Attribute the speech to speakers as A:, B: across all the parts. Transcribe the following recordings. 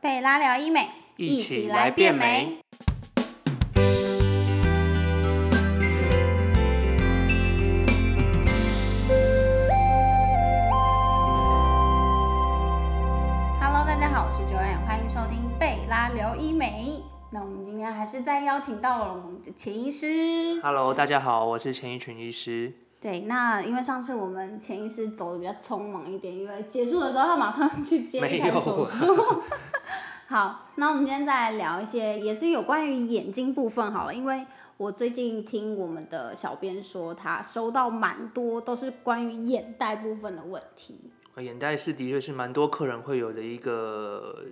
A: 贝拉聊医美，
B: 一起来变美。
A: Hello，大家好，我是 Joanne，欢迎收听贝拉聊医美。那我们今天还是再邀请到了我们的钱医师。
B: Hello，大家好，我是钱一群医师。
A: 对，那因为上次我们钱医师走的比较匆忙一点，因为结束的时候他马上去接
B: 没
A: 一
B: 有
A: 台
B: 啊
A: 手术。 好，那我们今天再来聊一些，也是有关于眼睛部分好了，因为我最近听我们的小编说，他收到蛮多都是关于眼袋部分的问题，
B: 呃眼袋是的确是蛮多客人会有的一个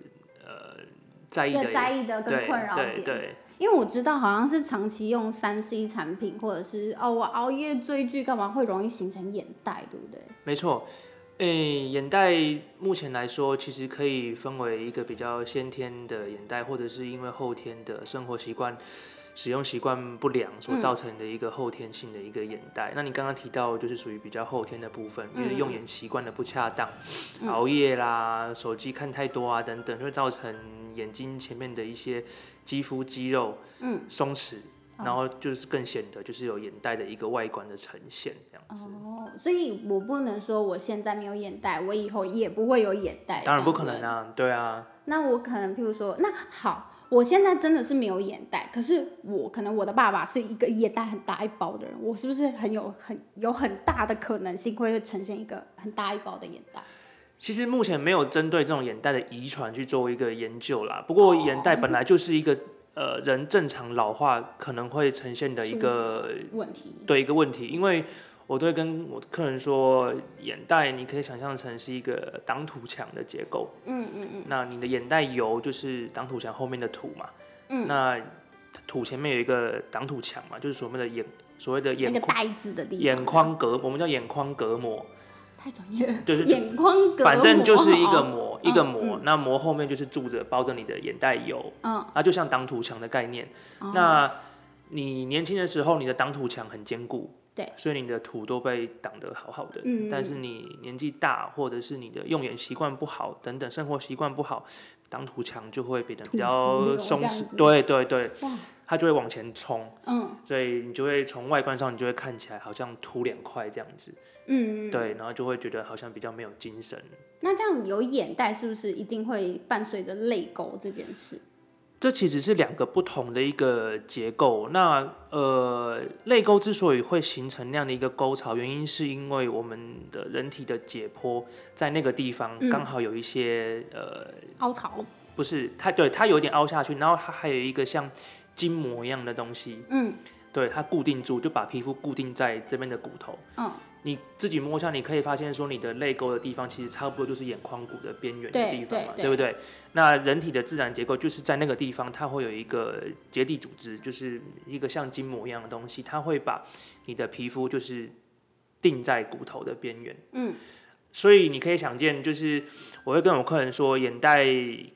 B: 呃在意的
A: 最
B: 一
A: 在意的跟
B: 对
A: 困扰
B: 对
A: 点。
B: 对
A: 因为我知道好像是长期用三 C 产品，或者是哦我熬夜追剧干嘛，会容易形成眼袋，对不对？
B: 没错，诶、眼袋目前来说，其实可以分为一个比较先天的眼袋，或者是因为后天的生活习惯、使用习惯不良所造成的一个后天性的一个眼袋。那你刚刚提到就是属于比较后天的部分，比如用眼习惯的不恰当、熬夜啦、手机看太多啊等等，就会造成眼睛前面的一些肌肤肌肉嗯松弛。然后就是更显得就是有眼袋的一个外观的呈现这样子。
A: 哦，所以我不能说我现在没有眼袋，我以后也不会有眼袋。
B: 当然不可
A: 这样
B: 能
A: 子。
B: 啊，对啊，
A: 那我可能，譬如说，那好，我现在真的是没有眼袋，可是我可能我的爸爸是一个眼袋很大一包的人，我是不是很有很有很大的可能性会呈现一个很大一包的眼袋？
B: 其实目前没有针对这种眼袋的遗传去做一个研究啦。不过眼
A: 哦
B: 袋本来就是一个、呃人正常老化可能会呈现的一个
A: 问题
B: 对一个问题，因为我都会跟我的客人说，眼袋你可以想象成是一个挡土墙的结构。
A: 嗯嗯
B: 嗯。那你的眼袋油就是挡土墙后面的土嘛。嗯。那土前面有一个挡土墙嘛，就是所谓的眼所谓的
A: 那
B: 眼
A: 个袋子的地方，
B: 眼眶隔，我们叫眼眶隔膜，
A: 太专业了，
B: 就是
A: 眼眶隔膜，
B: 反正就是一个
A: 哦
B: 膜，
A: 嗯
B: 一个膜，那膜后面就是住着包着你的眼袋油，
A: 嗯，哦
B: 那就像挡土墙的概念。那你年轻的时候，你的挡土墙很坚固，
A: 对，
B: 所以你的土都被挡得好好的。
A: 嗯
B: 但是你年纪大，或者是你的用眼习惯不好等等，生活习惯不好，挡土墙就会变得
A: 土
B: 比
A: 石
B: 较
A: 流
B: 松
A: 这样
B: 弛
A: 子，
B: 对对对
A: 哇，
B: 它就会往前冲，
A: 嗯
B: 所以你就会从外观上，你就会看起来好像凸两块这样子，
A: 嗯，嗯
B: 对，然后就会觉得好像比较没有精神。
A: 那这样有眼袋是不是一定会伴随着泪沟这件事？
B: 这其实是两个不同的一个结构。那呃，泪沟之所以会形成那样的一个沟槽，原因是因为我们的人体的解剖在那个地方
A: 嗯
B: 刚好有一些、呃，
A: 凹槽，
B: 不是它对它有点凹下去，然后它还有一个像筋膜一样的东西，
A: 嗯
B: 对它固定住，就把皮肤固定在这边的骨头。
A: 嗯，
B: 你自己摸一下，你可以发现说你的泪沟的地方其实差不多就是眼眶骨的边缘的
A: 对
B: 地方嘛，
A: 对
B: 不对？那人体的自然结构就是在那个地方，它会有一个结缔组织，就是一个像筋膜一样的东西，它会把你的皮肤就是定在骨头的边缘。
A: 嗯，
B: 所以你可以想见，就是我会跟我客人说，眼袋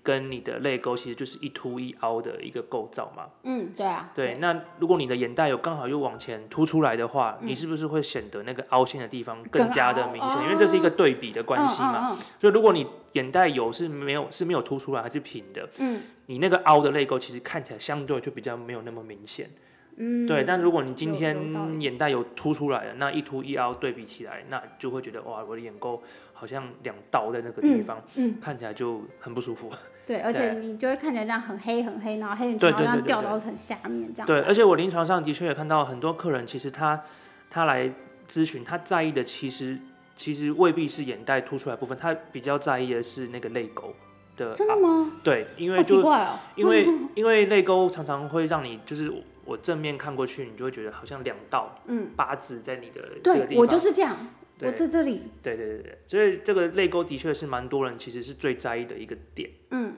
B: 跟你的泪沟其实就是一凸一凹的一个构造嘛。
A: 嗯，对啊，
B: 对，，那如果你的眼袋有刚好又往前凸出来的话，你是不是会显得那个凹陷的地方更加
A: 嗯
B: 的
A: 更凹哦
B: 明显？因为这是一个对比的关系嘛。
A: 嗯
B: 所以如果你眼袋有是没有是没有凸出来，还是平的，
A: 嗯
B: 你那个凹的泪沟其实看起来相对就比较没有那么明显。
A: 嗯，嗯
B: 对，但如果你今
A: 有
B: 天
A: 有道理
B: 眼袋有凸出来了，那一凸一凹对比起来，那就会觉得哇，我的眼沟好像两道在那个地方，
A: 嗯
B: 看起来就很不舒服。
A: 对，而且你就会看起来这样很黑很黑，然后黑很长，
B: 对对对
A: 然后
B: 对
A: 掉
B: 对
A: 到很下面这样。
B: 对，而且我临床上的确也看到很多客人，其实他他来咨询，他在意的其实其实未必是眼袋凸出来的部分，他比较在意的是那个泪沟的。
A: 真的吗？
B: 对，啊因
A: 好
B: 为
A: 奇
B: 就
A: 怪哦。
B: 因为因为泪沟常常会让你就是我我正面看过去，你就会觉得好像两道
A: 嗯，
B: 八字在你的这个
A: 对
B: 地
A: 我
B: 方。
A: 就是这样，我
B: 对
A: 在这里。
B: 对对对对，所以这个泪沟的确是蛮多人其实是最在意的一个点。
A: 嗯，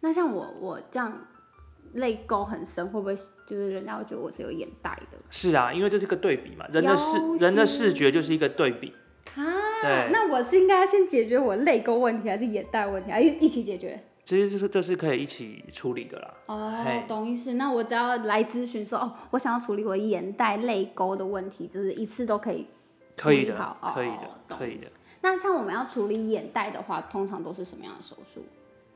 A: 那像我我这样泪沟很深，会不会就是人家会觉得我是有眼袋的？
B: 是啊，因为这是个对比嘛，人的视
A: 腰
B: 人的
A: 是
B: 视觉就是一个对比。
A: 啊
B: 对，
A: 那我是应该先解决我泪沟问题，还是眼袋问题，还是一起解决？
B: 其实这是这是可以一起处理的啦。
A: 哦
B: 嘿，
A: 懂意思。那我只要来咨询说，哦，我想要处理我眼袋、泪沟的问题，就是一次都可以。
B: 可以
A: 处理
B: 的
A: 好，
B: 可以
A: 哦
B: 的，
A: 懂
B: 可以
A: 意思
B: 的。
A: 那像我们要处理眼袋的话，通常都是什么样的手术？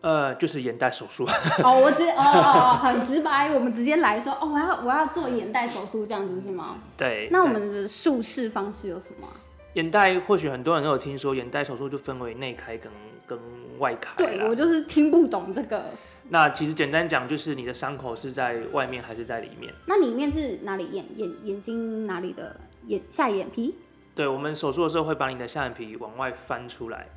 B: 呃，就是眼袋手术。
A: 哦，我直哦哦哦，很直白，我们直接来说，哦，我要我要做眼袋手术这样子是吗？
B: 嗯对，
A: 那我们的术式方式有什么啊、
B: 眼袋或许很多人都有听说，眼袋手术就分为内开跟跟外开啦。
A: 对我就是听不懂这个，
B: 那其实简单讲，就是你的伤口是在外面还是在里面？
A: 那里面是哪里眼眼眼睛哪里的眼下眼皮？
B: 对我们手术的时候会把你的下眼皮往外翻出来，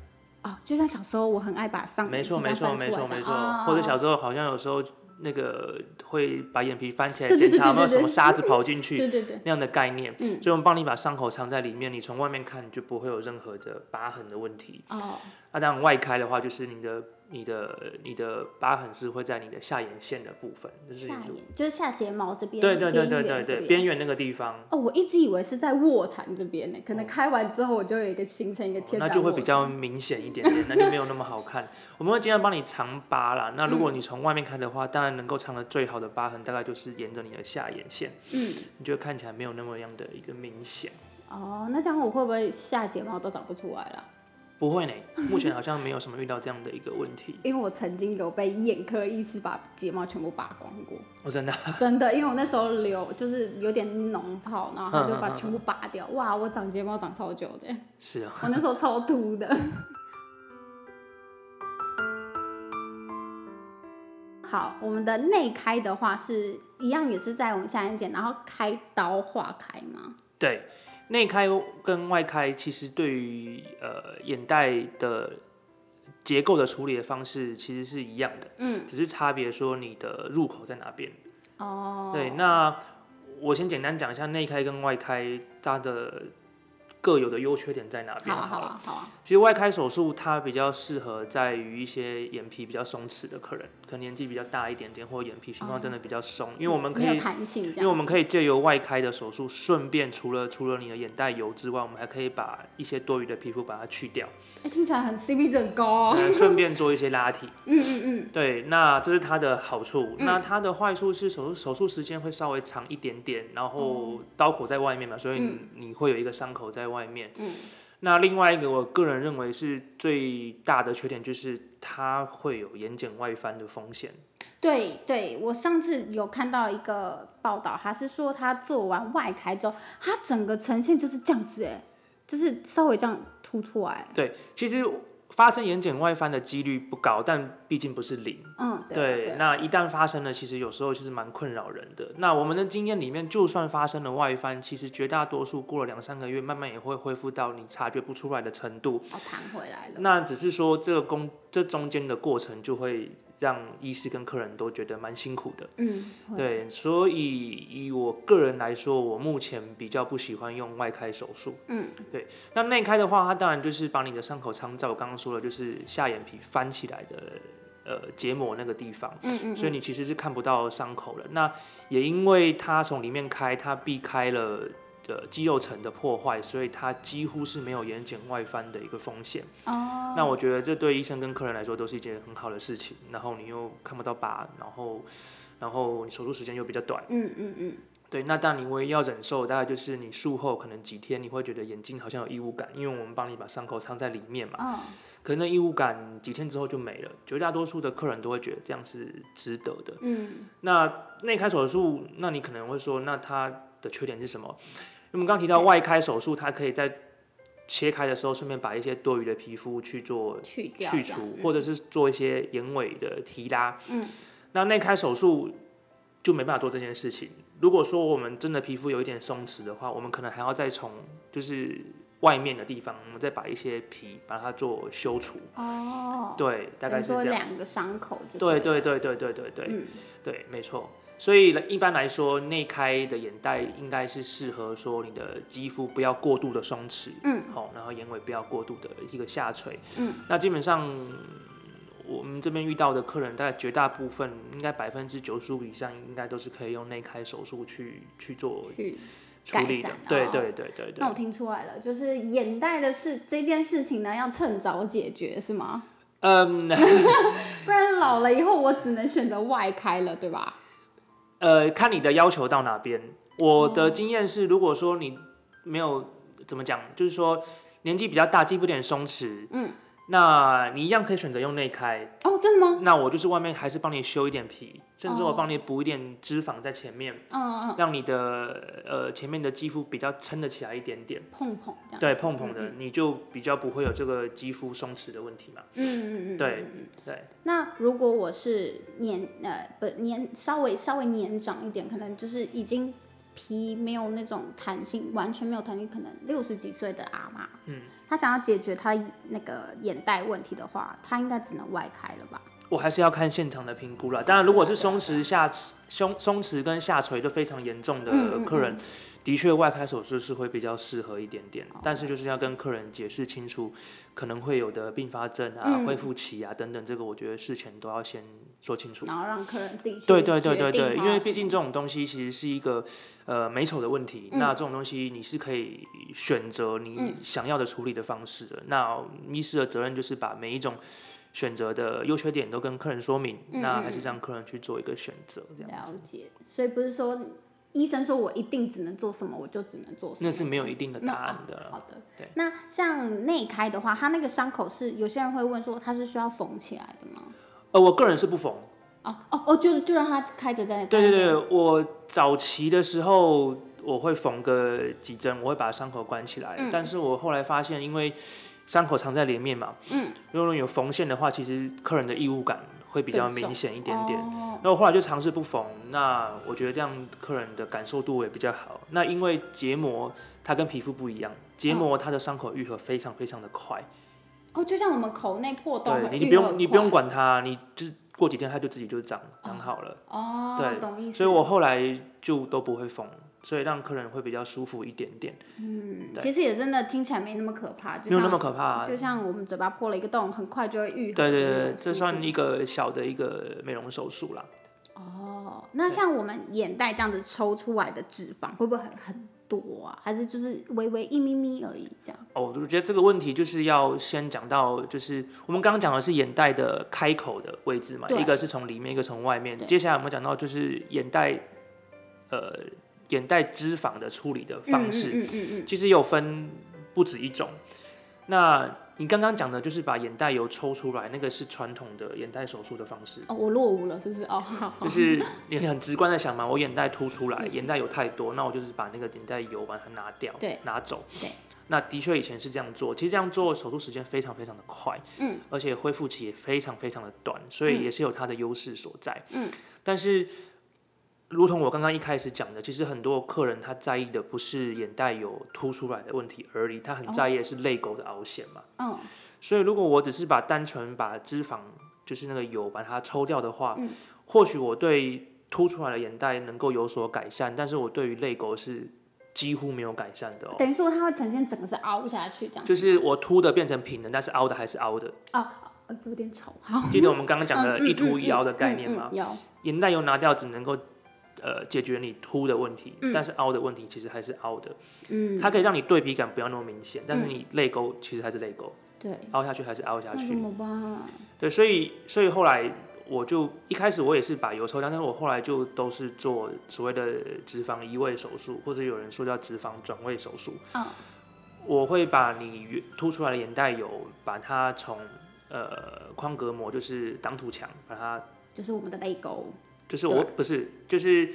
A: 哦，就像小时候我很爱把上
B: 没错
A: 眼
B: 没
A: 皮这
B: 错
A: 样
B: 没
A: 翻出
B: 错
A: 来这
B: 没
A: 样
B: 错，
A: 哦
B: 或者小时候好像有时候那个会把眼皮翻起来
A: 对对对
B: 检查有
A: 对
B: 没有
A: 对
B: 什
A: 对
B: 么沙子跑进去
A: 对对对，
B: 那样的概念，
A: 嗯
B: 所以我们帮你把伤口藏在里面，你从外面看就不会有任何的疤痕的问题。
A: 哦
B: 那当然外开的话，就是你的你的你的疤痕是会在你的下眼线的部分，就是
A: 下
B: 你
A: 眼就是下睫毛这边，
B: 对对对对
A: 边
B: 对
A: 缘这
B: 对
A: 边
B: 边缘那个地方。
A: 哦，我一直以为是在卧蚕这边呢，可能开完之后我就有一个形成一个
B: 哦
A: 天然卧
B: 那就
A: 蚕、
B: 会比较明显一点点，那就没有那么好看。 我们会尽量帮你藏疤啦。那如果你从外面看的话，当然能够藏的最好的疤痕，大概就是沿着你的下眼线，
A: 嗯
B: 你就会看起来没有那么样的一个明显。
A: 哦，那这样我会不会下睫毛都长不出来了？
B: 不会呢，目前好像没有什么遇到这样的一个问题。
A: 因为我曾经有被眼科医师把睫毛全部拔光 过，
B: 我、哦真的
A: 真的，因为我那时候留就是有点脓泡，然后他就
B: 嗯嗯
A: 把
B: 嗯
A: 全部拔掉。哇，我长睫毛长超久的，
B: 是啊，
A: 我那时候超秃的。好，我们的内开的话是一样，也是在我们下眼睑，然后开刀化开吗？
B: 对，内开跟外开其实对于呃眼袋的结构的处理的方式其实是一样的，
A: 嗯，
B: 只是差别说你的入口在哪边。
A: 哦，
B: 对，那我先简单讲一下内开跟外开它的各有的优缺点在哪边
A: 好啊好
B: 好了。
A: 啊好啊，
B: 其实外开手术它比较适合在于一些眼皮比较松弛的客人，可能年纪比较大一点点，或眼皮情况真的比较松，因为我们可
A: 哦没
B: 以
A: 有弹性这
B: 因为我
A: 样，
B: 们可以借由外开的手术，顺便除了除了你的眼袋油之外，我们还可以把一些多余的皮肤把它去掉，
A: 哎、听起来很 CP 值很高哦。
B: 呃顺便做一些拉提。
A: 嗯嗯嗯，
B: 对，那这是它的好处。那它的坏处是手术手术时间会稍微长一点点，然
A: 哦
B: 后刀口在外面嘛，所以你你会有一个伤口在外面。
A: 嗯
B: 那另外一个，我个人认为是最大的缺点就是它会有眼睑外翻的风险。
A: 对对，我上次有看到一个报道，他是说他做完外开之后，他整个呈现就是这样子，哎，就是稍微这样凸出来。
B: 对，其实发生眼睑外翻的几率不高，但毕竟不是零。
A: 嗯，
B: 对，
A: 对，
B: 那一旦发生了，其实有时候其实蛮困扰人的。那我们的经验里面，就算发生了外翻，其实绝大多数过了两三个月，慢慢也会恢复到你察觉不出来的程度。
A: 哦，弹回来了。
B: 那只是说这个工这中间的过程，就会让医师跟客人都觉得蛮辛苦的。
A: 嗯，会，
B: 对，所以以我个人来说，我目前比较不喜欢用外开手术。
A: 嗯，
B: 对。那内开的话，它当然就是把你的伤口藏在我刚刚说的，就是下眼皮翻起来的呃结膜那个地方。
A: 嗯嗯
B: 所以你其实是看不到伤口了。那也因为它从里面开，它避开了呃肌肉层的破坏，所以它几乎是没有眼睑外翻的一个风险。
A: 哦，
B: 那我觉得这对医生跟客人来说都是一件很好的事情。然后你又看不到疤，然后然后你手术时间又比较短，
A: 嗯嗯嗯，
B: 对。那当然你唯一要忍受，大概就是你术后可能几天你会觉得眼睛好像有异物感，因为我们帮你把伤口藏在里面嘛。
A: 哦，
B: 可能那异物感几天之后就没了。绝大多数的客人都会觉得这样是值得的。
A: 嗯，
B: 那内开手术，那你可能会说，那它的缺点是什么？因为我们刚刚提到外开手术，它可以在切开的时候顺便把一些多余的皮肤去做
A: 去掉
B: 去
A: 这样
B: 除，
A: 嗯
B: 或者是做一些眼尾的提拉。
A: 嗯，
B: 那内开手术就没办法做这件事情。如果说我们真的皮肤有一点松弛的话，我们可能还要再从就是外面的地方，我们再把一些皮把它做修除。
A: 哦，
B: 对，大概
A: 等于
B: 是
A: 说
B: 这样。
A: 两个伤口就
B: 对
A: 对
B: 对
A: 了，
B: 对对对对对。
A: 嗯，
B: 对，没错。所以一般来说，内开的眼袋应该是适合说你的肌肤不要过度的松弛，
A: 嗯，
B: 好、然后眼尾不要过度的一个下垂，
A: 嗯。
B: 那基本上我们这边遇到的客人，大概绝大部分应该百分之九十五以上，应该都是可以用内开手术去去做
A: 去。
B: 处理的
A: 改善。
B: 对
A: 哦
B: 对对对
A: 那我
B: 对。
A: 听出来了，就是眼袋的事这件事情呢，要趁早解决，是吗？
B: 嗯，
A: 不然老了以后我只能选择外开了，对吧？
B: 呃，看你的要求到哪边。我
A: 嗯
B: 的经验是，如果说你没有怎么讲，就是说年纪比较大，肌肤有点松弛，
A: 嗯，
B: 那你一样可以选择用内开，
A: 哦，真的吗？
B: 那我就是外面还是帮你修一点皮，甚至
A: 哦
B: 我帮你补一点脂肪在前面，
A: 嗯嗯
B: 让你的呃前面的肌肤比较撑得起来一点点。
A: 嗯，碰碰这样。
B: 对，碰碰
A: 嗯
B: 的，你就比较不会有这个肌肤松弛的问题嘛。
A: 嗯嗯嗯，
B: 对
A: 嗯。嗯
B: 对，
A: 那如果我是年呃不年稍微稍微年长一点，可能就是已经皮没有那种弹性，完全没有弹性，可能六十几岁的阿妈，
B: 嗯，
A: 她想要解决她那个眼袋问题的话，她应该只能外开了吧？
B: 我还是要看现场的评估啦。当然，如果是松弛下胸松弛跟下垂都非常严重的
A: 嗯嗯嗯
B: 客人，的确外开手术是会比较适合一点点，
A: 哦
B: 但是就是要跟客人解释清楚可能会有的并发症啊、
A: 嗯
B: 恢复期啊等等，这个我觉得事前都要先说清楚。
A: 然后让客人自己去
B: 对对对
A: 决
B: 对
A: 定
B: 对，
A: 她
B: 因为毕竟这种东西其实是一个呃美丑的问题，
A: 嗯
B: 那这种东西你是可以选择你想要的处理的方式的。那医师的责任就是把每一种选择的优缺点都跟客人说明，
A: 嗯
B: 那还是让客人去做一个选择，这样
A: 了解，所以不是说医生说我一定只能做什么，我就只能做什么，
B: 那是没有一定的答案
A: 那哦
B: 的。
A: 好的，
B: 对。
A: 那像内开的话，它那个伤口是有些人会问说，它是需要缝起来的吗？
B: 呃，我个人是不缝。
A: 哦哦哦，就是就让它开着在。
B: 对对对，我早期的时候我会缝个几针，我会把伤口关起来。
A: 嗯
B: 但是我后来发现，因为伤口藏在里面嘛，
A: 嗯，
B: 如果有缝线的话，其实客人的异物感会比较
A: 更重
B: 明显一点点。
A: 哦，
B: 那我后来就尝试不缝，那我觉得这样客人的感受度也比较好。那因为结膜它跟皮肤不一样，结膜它的伤口愈合非常非常的快，
A: 哦，就像我们口内破洞，
B: 对，
A: 就
B: 你就不用你不用。管它，你就是过几天它就自己就长长好了。
A: 哦，
B: 对
A: 懂意思。
B: 所以我后来就都不会缝，所以让客人会比较舒服一点点，
A: 嗯，
B: 对
A: 其实也真的听起来没那么可怕，就
B: 没有那
A: 像
B: 么可怕、
A: 就像我们嘴巴破了一个洞，很快就会愈
B: 对
A: 合。
B: 对对，这算。一个小的一个美容手术啦。
A: 哦，那像我们眼袋这样子抽出来的脂肪，会不会很很多啊？还是就是微微一咪咪而已这样？
B: 哦，我觉得这个问题就是要先讲到，就是我们刚刚讲的是眼袋的开口的位置嘛，
A: 对
B: 一个是从里面，一个从外面。
A: 对
B: 接下来我们讲到就是眼袋，呃，眼袋脂肪的处理的方式。
A: 嗯嗯嗯嗯
B: 其实有分不止一种。那你刚刚讲的就是把眼袋油抽出来，那个是传统的眼袋手术的方式，
A: 哦，我落伍了，是不是？哦，好好。
B: 就是你很直观的想嘛，我眼袋凸出来，眼袋油太多，那我就是把那个眼袋油把它拿掉，
A: 对，
B: 拿走，
A: 对。
B: 那的确以前是这样做，其实这样做手术时间非常非常的快，
A: 嗯，
B: 而且恢复期也非常非常的短，所以也是有它的优势所在，
A: 嗯。
B: 但是，如同我刚刚一开始讲的，其实很多客人他在意的不是眼袋有凸出来的问题而已，他
A: 哦
B: 很在意的是泪沟的凹陷嘛。
A: 嗯，
B: 所以如果我只是把单纯把脂肪，就是那个油把它抽掉的话，
A: 嗯
B: 或许我对凸出来的眼袋能够有所改善，但是我对于泪沟是几乎没有改善的哦。
A: 等于说它会呈现整个是凹下去这样。
B: 就是我凸的变成平的，但是凹的还是凹的。
A: 哦，呃有点丑。好，
B: 记得我们刚刚讲的
A: 嗯
B: 一凸一凹的概念
A: 嗯嗯
B: 吗？
A: 嗯有。
B: 眼袋油拿掉只能够呃解决你凸的问题，但是凹的问题其实还是凹的。
A: 嗯，
B: 它可以让你对比感不要那么明显，但是你泪沟其实还是泪沟，
A: 对。
B: 凹下去还是凹下
A: 那
B: 去
A: 怎。么办？啊
B: 对，所以所以后来我就一开始我也是把油抽掉，但是我后来就都是做所谓的脂肪移位手术，或者有人说叫脂肪转位手术。
A: 嗯
B: 我会把你原凸出来的眼袋油，把它从呃眶隔膜，就是挡土墙，把它
A: 就是我们的泪沟。
B: 就是我
A: 对
B: 不是就是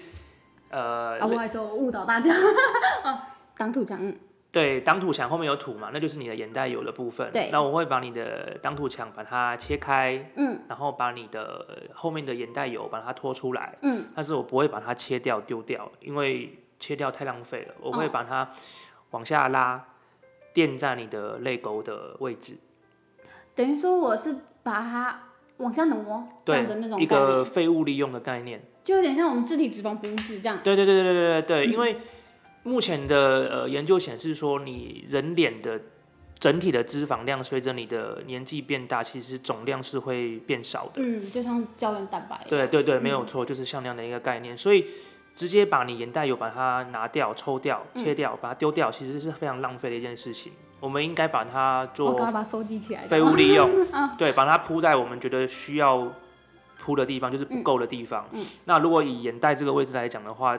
B: 呃、
A: 啊，不好意思，我误导大家。 哦，挡土墙。嗯
B: 对，挡土墙后面有土嘛，那就是你的眼袋油的部分。
A: 对
B: 那我会把你的挡土墙把它切开，
A: 嗯，
B: 然后把你的呃后面的眼袋油把它拖出来，
A: 嗯，
B: 但是我不会把它切掉丢掉，因为切掉太浪费了，我会
A: 哦
B: 把它往下拉，垫在你的泪沟的位置，
A: 等于说我是把它往下挪这
B: 对
A: 样的那，种
B: 一
A: 概
B: 个
A: 念，
B: 废物利用的概念。
A: 就有点像我们自体脂肪补脂这样。
B: 对对对对对对对，因
A: 嗯
B: 为目前的呃研究显示说，你人脸的整体的脂肪量随着你的年纪变大，其实总量是会变少的。
A: 嗯，就像胶原蛋白。
B: 对对对，没
A: 嗯
B: 有错，就是像那样的一个概念。所以直接把你眼袋油把它拿掉、抽掉、
A: 嗯
B: 切掉、把它丢掉，其实是非常浪费的一件事情。我们应该把它
A: 我嗯
B: 做
A: 赶快把它收集起来。
B: 废物 利用，对，把它铺在我们觉得需要
A: 嗯
B: 铺的地方，就是不够的地方。那如果以眼袋这个位置来讲的话，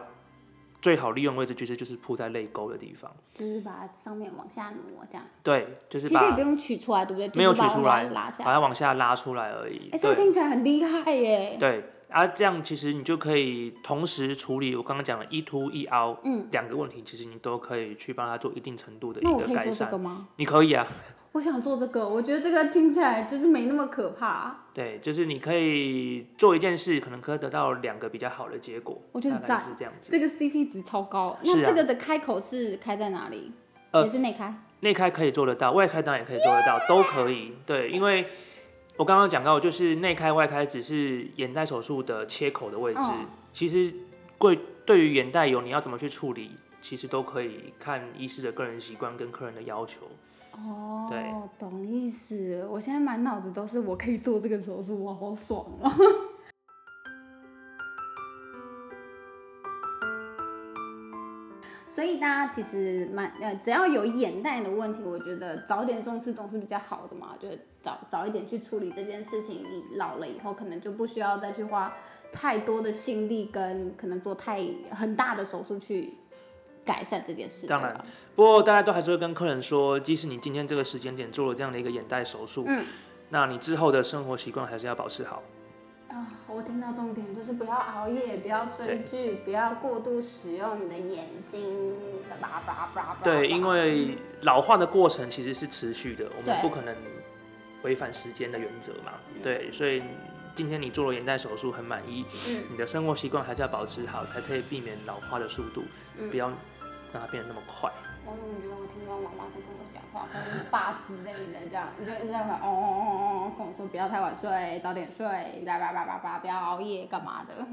B: 最好利用的位置其实就是铺在泪沟的地方。
A: 就是把上面往下挪这样。
B: 对，就是
A: 其实也
B: 把
A: 不用取出来，对不对？
B: 没有
A: 就是
B: 取
A: 把
B: 出
A: 它
B: 来，
A: 拉
B: 把
A: 下。
B: 它往下拉出来而已。
A: 哎，这
B: 对
A: 个听起来很厉害耶。
B: 对啊，这样其实你就可以同时处理我刚刚讲的一凸一凹，嗯，两个问题，其实你都可以去帮他做一定程度的一
A: 那我
B: 个
A: 可以
B: 改
A: 做这
B: 善。
A: 个吗？
B: 你可以啊，
A: 我想做这个，我觉得这个听起来就是没那么可怕、
B: 对，就是你可以做一件事，可能可以得到两个比较好的结果。
A: 我觉得
B: 大概
A: 很
B: 是这样子。
A: 这个 CP 值超高。那
B: 是啊
A: 这个的开口是开在哪里？
B: 呃
A: 也是内开。
B: 内开可以做得到，外开当然也可以做得到，都可以。对，因为我刚刚讲到，就是内开外开只是眼袋手术的切口的位置，
A: 嗯
B: 其实贵对于眼袋油你要怎么去处理，其实都可以看医师的个人习惯跟客人的要求。
A: 哦，懂意思。我现在满脑子都是我可以做这个手术，我好爽啊！ 所以大家其实蛮呃，只要有眼袋的问题，我觉得早点重视总是比较好的嘛。就早早一点去处理这件事情，你老了以后可能就不需要再去花太多的心力跟可能做太很大的手术去改善这件事。
B: 当
A: 对
B: 然
A: 吧，
B: 不过大家都还是会跟客人说，即使你今天这个时间点做了这样的一个眼袋手术，
A: 嗯
B: 那你之后的生活习惯还是要保持好。
A: 啊、我听到重点就是不要熬夜，不要追剧，不要过度使用你的眼睛，叭叭叭叭。
B: 对，因
A: 叭
B: 为老化的过程其实是持续的，我们
A: 对
B: 不可能违反时间的原则嘛。对，所以今天你做了眼袋手术很满意，
A: 嗯
B: 你的生活习惯还是要保持好，才可以避免老化的速度，
A: 嗯
B: 不要让它变得那么快。
A: 我怎么觉得我听到妈妈在跟我讲话，跟我爸之类的这样，你就一直在那哦哦哦哦哦，跟我说不要太晚睡，早点睡，叭叭叭叭叭，不要熬夜，干嘛的？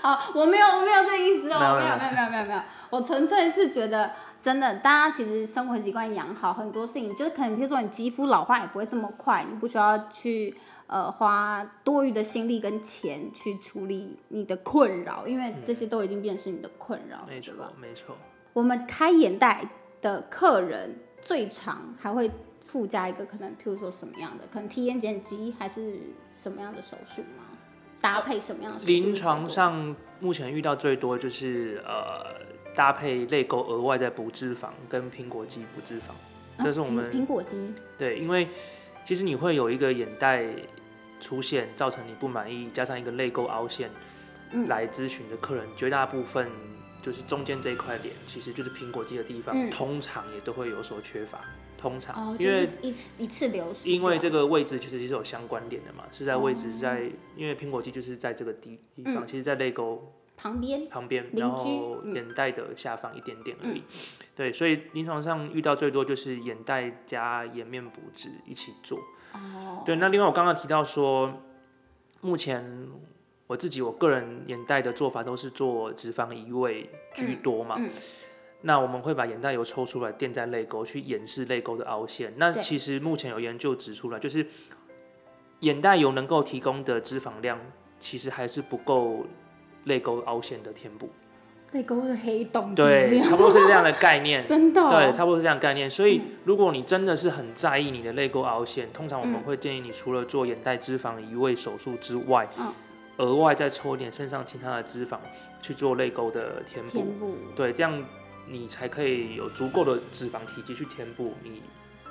A: 好，我没有，我没有这意思哦，没
B: 没
A: 有，
B: 有
A: 没有，没有，没有，没有，我纯粹是觉得，真的，大家其实生活习惯养好，很多事情就可能，比如说你肌肤老化也不会这么快，你不需要去呃花多余的心力跟钱去处理你的困扰，因为这些都已经变成是你的困扰，
B: 没
A: 对
B: 错
A: 吧？，
B: 没错。
A: 我们开眼袋的客人最常还会附加一个可能，譬如说什么样的，可能体眼睑肌还是什么样的手术吗？搭配什么样的手术？
B: 临床，上目前遇到最多就是呃，搭配泪沟额外再补脂肪跟苹果肌补脂肪，这是我们
A: 啊苹苹果肌，
B: 对，因为其实你会有一个眼袋出现，造成你不满意，加上一个泪沟凹陷，
A: 嗯
B: 来咨询的客人绝大部分就是中间这一块脸，其实就是苹果肌的地方，
A: 嗯
B: 通常也都会有所缺乏，通常、
A: 哦，就
B: 因为
A: 是。一次一次流失掉，
B: 因为这个位置其实是有相关联的嘛，是在位置
A: 哦
B: 在，因为苹果肌就是在这个地地方，
A: 嗯
B: 其实，在泪沟
A: 旁边
B: 旁边，
A: 邻
B: 然
A: 居
B: 后
A: 嗯
B: 眼袋的下方一点点而已。对，所以临床上遇到最多就是眼袋加颜面补脂一起做。
A: 哦，
B: 对，那另外我刚刚提到说，目前我自己我个人眼袋的做法都是做脂肪移位居多嘛。
A: 嗯嗯
B: 那我们会把眼袋油抽出来垫在泪沟，去掩饰泪沟的凹陷。那
A: 对
B: 其实目前有研究指出来，就是眼袋油能够提供的脂肪量，其实还是不够泪沟凹陷的填补。
A: 泪沟的黑洞是不
B: 对，
A: 是？。
B: 差不多是这样的概念
A: 真的哦、嗯
B: 对，差不多是这样的概念。所以，如果你真的是很在意你的泪沟凹陷，通常我
A: 嗯
B: 们会建议你除了做眼袋脂肪移位手术之外，
A: 嗯
B: 额外再抽一点身上其他的脂肪去做泪沟的填补。
A: 填补
B: 对，这样你才可以有足够的脂肪体积去填补你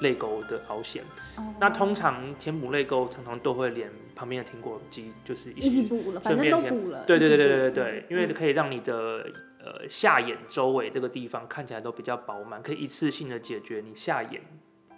B: 泪沟的凹陷。
A: 哦
B: 那通常填补泪沟，常常都会连旁边的苹果肌就是一
A: 一
B: 起
A: 起补了，反
B: 顺
A: 正
B: 便
A: 都
B: 填
A: 补了，
B: 对对
A: 一起
B: 对对
A: 补
B: 对对
A: 嗯
B: 对，因为可以让你的呃下眼周围这个地方看起来都比较饱满，可以一次性的解决你下眼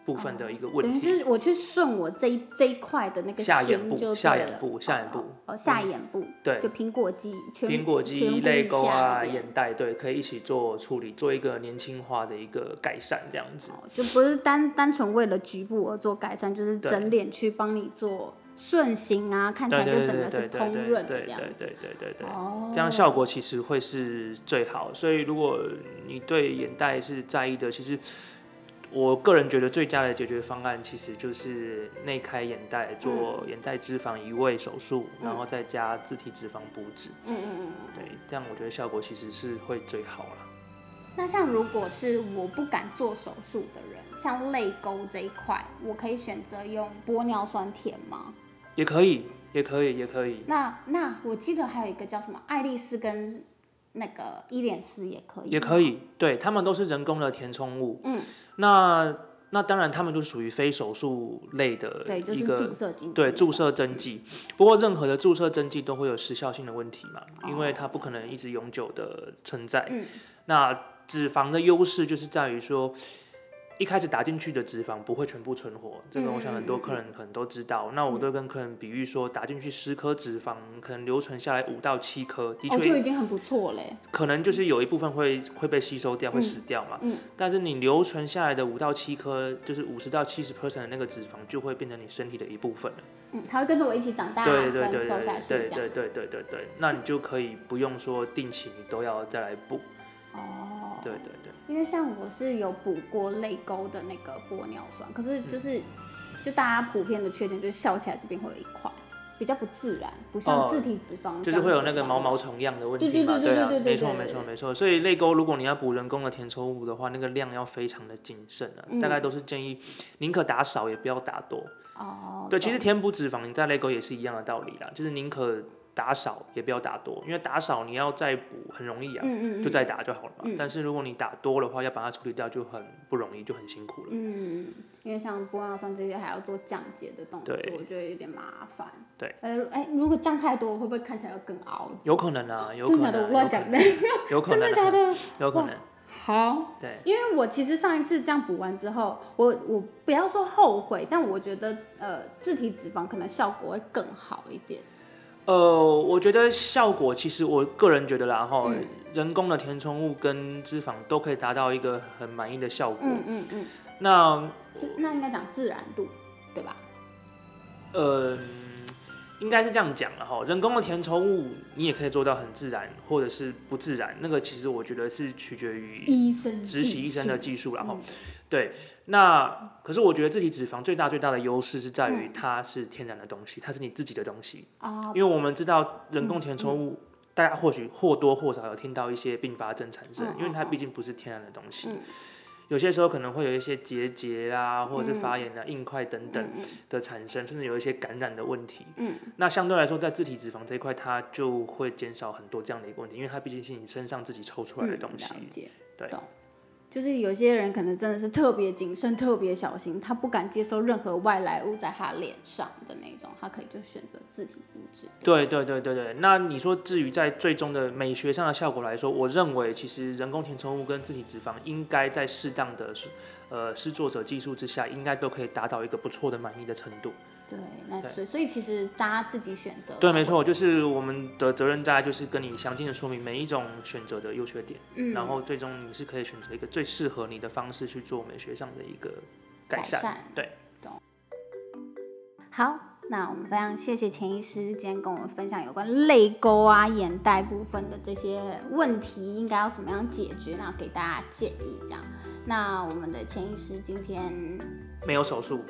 B: 部分的一个
A: 哦等
B: 问
A: 于
B: 题。
A: 是我去顺我这一这一块的那个
B: 下眼
A: 心
B: 部
A: 就
B: 下
A: 对
B: 眼
A: 了
B: 部下眼部
A: 哦哦，下眼部，
B: 对
A: 就苹果肌，全
B: 苹果肌
A: 全部、
B: 泪沟啊、
A: 一下这边
B: 眼袋，对，可以一起做处理，做一个年轻化的一个改善，这样子。
A: 哦就不是单单纯为了局部而做改善，就是
B: 对
A: 整脸去帮你做顺行啊，看起
B: 对
A: 来就
B: 对对
A: 整
B: 对
A: 个是
B: 对对
A: 烹
B: 对
A: 饪的
B: 对
A: 这样
B: 对
A: 子。
B: 对对对对。
A: 哦，
B: 这样效果其实会是最好。所以如果你对眼袋是在意的，其实我个人觉得最佳的解决方案其实就是内开眼袋，做
A: 嗯
B: 眼袋脂肪移位手术，然后再加自体脂肪补脂。
A: 嗯嗯嗯嗯。
B: 对，这样我觉得效果其实是会最好啦。
A: 那像如果是我不敢做手术的人，像泪沟这一块，我可以选择用玻尿酸填吗？
B: 也可以，也可以，也可以。
A: 那那我记得还有一个叫什么爱丽丝跟那个一点四也可以，
B: 也可以，对他们都是人工的填充物。
A: 嗯，
B: 那那当然，他们就属于非手术类的
A: 对，就
B: 一
A: 是
B: 个
A: 注射进去
B: 对
A: 的
B: 注射针剂，不过任何的注射针剂都会有时效性的问题嘛，因为
A: 哦
B: 它不
A: 了
B: 可能一直永久的存在。
A: 嗯
B: 那脂肪的优势就是在于说，一开始打进去的脂肪不会全部存活，这个我想
A: 嗯
B: 很多客人可能都知道。那我都跟客人比喻说，打进去十颗脂肪，可能留存下来五到七颗，的
A: 哦，
B: 确
A: 就已经很不错嘞。
B: 可能就是有一部分会会被吸收掉，会
A: 嗯
B: 死掉嘛。
A: 嗯
B: 但是你留存下来的五到七颗，就是五十到七十 percent 的那个脂肪，就会变成你身体的一部分了。
A: 嗯，它会跟着我一起长大，
B: 对对
A: 跟
B: 对
A: 瘦下去
B: 对
A: 这样。
B: 对对对对对对，那你就可以不用说定期你都要再来补。
A: 哦，
B: 对对对，
A: 因为像我是有补过泪沟的那个玻尿酸，可是
B: 嗯
A: 就是、就大家普遍的缺点就是笑起来这边会有一块，比较不自然，不像
B: 哦
A: 自体脂肪、
B: 就是会有那个毛。毛虫样的问
A: 对
B: 题嘛。
A: 对对对
B: 啊
A: 对对，对
B: 没错
A: 对
B: 没
A: 对
B: 错
A: 对
B: 没错。所以泪沟如果你要补人工的填充物的话，那个量要非常的谨慎啊，
A: 嗯
B: 大概都是建议宁可打少也不要打多。
A: 哦，
B: 对，其实
A: 懂
B: 填补脂肪，你在泪沟也是一样的道理啦，就是宁可打少也不要打多，因为打少你要再补很容易啊，
A: 嗯嗯嗯，
B: 就再打就好了嘛。
A: 嗯
B: 但是如果你打多的话，要把它处理掉就很不容易，就很辛苦了。
A: 嗯，因为像玻尿酸这些还要做降解的动作，
B: 对
A: 我觉得有点麻烦。
B: 对，
A: 呃，哎，如果降太多，会不会看起来要更凹？
B: 有可能啊，有可
A: 真
B: 能
A: 的假的？我
B: 啊、有
A: 乱
B: 可
A: 讲
B: 能
A: 的。
B: 有可能、
A: 真的
B: 啊，
A: 假 的？
B: 有可能，
A: 好，
B: 对，
A: 因为我其实上一次这样补完之后，我我不要说后悔，但我觉得呃，自体脂肪可能效果会更好一点。
B: 呃，我觉得效果其实我个人觉得啦，哈、
A: 嗯
B: 人工的填充物跟脂肪都可以达到一个很满意的效果。
A: 嗯嗯嗯，
B: 那
A: 自那应该讲自然度，对吧？
B: 呃，应该是这样讲了哈。人工的填充物你也可以做到很自然，或者是不自然。那个其实我觉得是取决于
A: 医生
B: 实习嗯医生的
A: 技
B: 技术
A: 术
B: 啦哈。
A: 嗯
B: 对，那可是我觉得自体脂肪最大最大的优势是在
A: 嗯
B: 于它是天然的东西，它是你自己的东西。
A: 啊，
B: 因为我们知道人
A: 嗯
B: 工填充物，大家或许或多或少有听到一些并发症产生，
A: 嗯
B: 因为
A: 嗯
B: 它
A: 嗯
B: 毕竟不是天然的东西。
A: 嗯
B: 有些时候可能会有一些结节啊，或者是
A: 嗯
B: 发炎啊、硬块等等的产生，甚至有一些感染的问题。
A: 嗯，
B: 那相对来说，在自体脂肪这一块，它就会减少很多这样的一个问题，因为它毕竟是你身上自己抽出来的东西。
A: 嗯、了解，
B: 对
A: 懂。就是有些人可能真的是特别谨慎、特别小心，他不敢接受任何外来物在他脸上的那种，他可以就选择自体物质。
B: 对对对对对，那你说至于在最终的美学上的效果来说，我认为其实人工填充物跟自体脂肪应该在适当的呃施作者技术之下，应该都可以达到一个不错的满意的程度。
A: 对，那
B: 对
A: 所以所以其实大家自己选择。
B: 对，没。错，就是我们的责任在就是跟你详尽的说明每一种选择的优缺点，
A: 嗯，
B: 然后最终你是可以选择一个最适合你的方式去做美学上的一个
A: 改
B: 改善。对，
A: 懂。好，那我们非常谢谢钱医师今天跟我们分享有关泪沟啊、眼袋部分的这些问题，应该要怎么样解决，然后给大家建议这样。那我们的钱医师今天
B: 没有手术，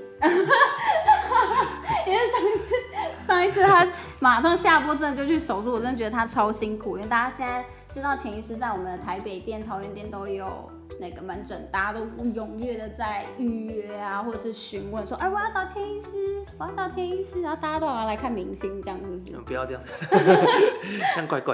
A: 因为上一次，上一次他马上下播，真的就去手术，我真的觉得他超辛苦。因为大家现在知道钱医师在我们的台北店、桃园店都有那个门诊，大家都踊跃的在预约啊，或者是询问说，哎，我要找钱医师，我要找钱医师，然后大家都要来看明星，这样是不是
B: 你？们嗯不要 这样，这样怪怪。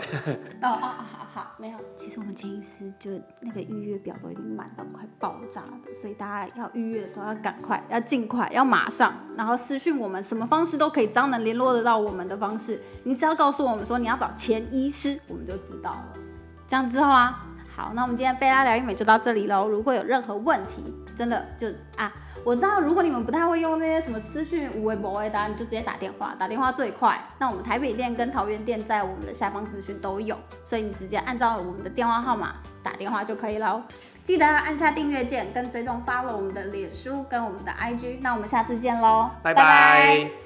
A: 哦哦，好好好，没有。其实我们前医师就那个预约表都已经满到快爆炸了，所以大家要预约的时候要赶快，要尽快，要马上，然后私讯我们，什么方式都可以，只要能联络得到我们的方式，你只要告诉我们说你要找前医师，我们就知道了。这样之后啊，好，那我们今天贝拉疗愈美就到这里喽。如果有任何问题，真的就啊，我知道如果你们不太会用那些什么私讯无微博微的啊，你就直接打电话，打电话最快。那我们台北店跟桃园店在我们的下方资讯都有，所以你直接按照我们的电话号码打电话就可以喽。记得要按下订阅键跟追踪 follow 我们的脸书跟我们的 IG。那我们下次见喽，
B: 拜拜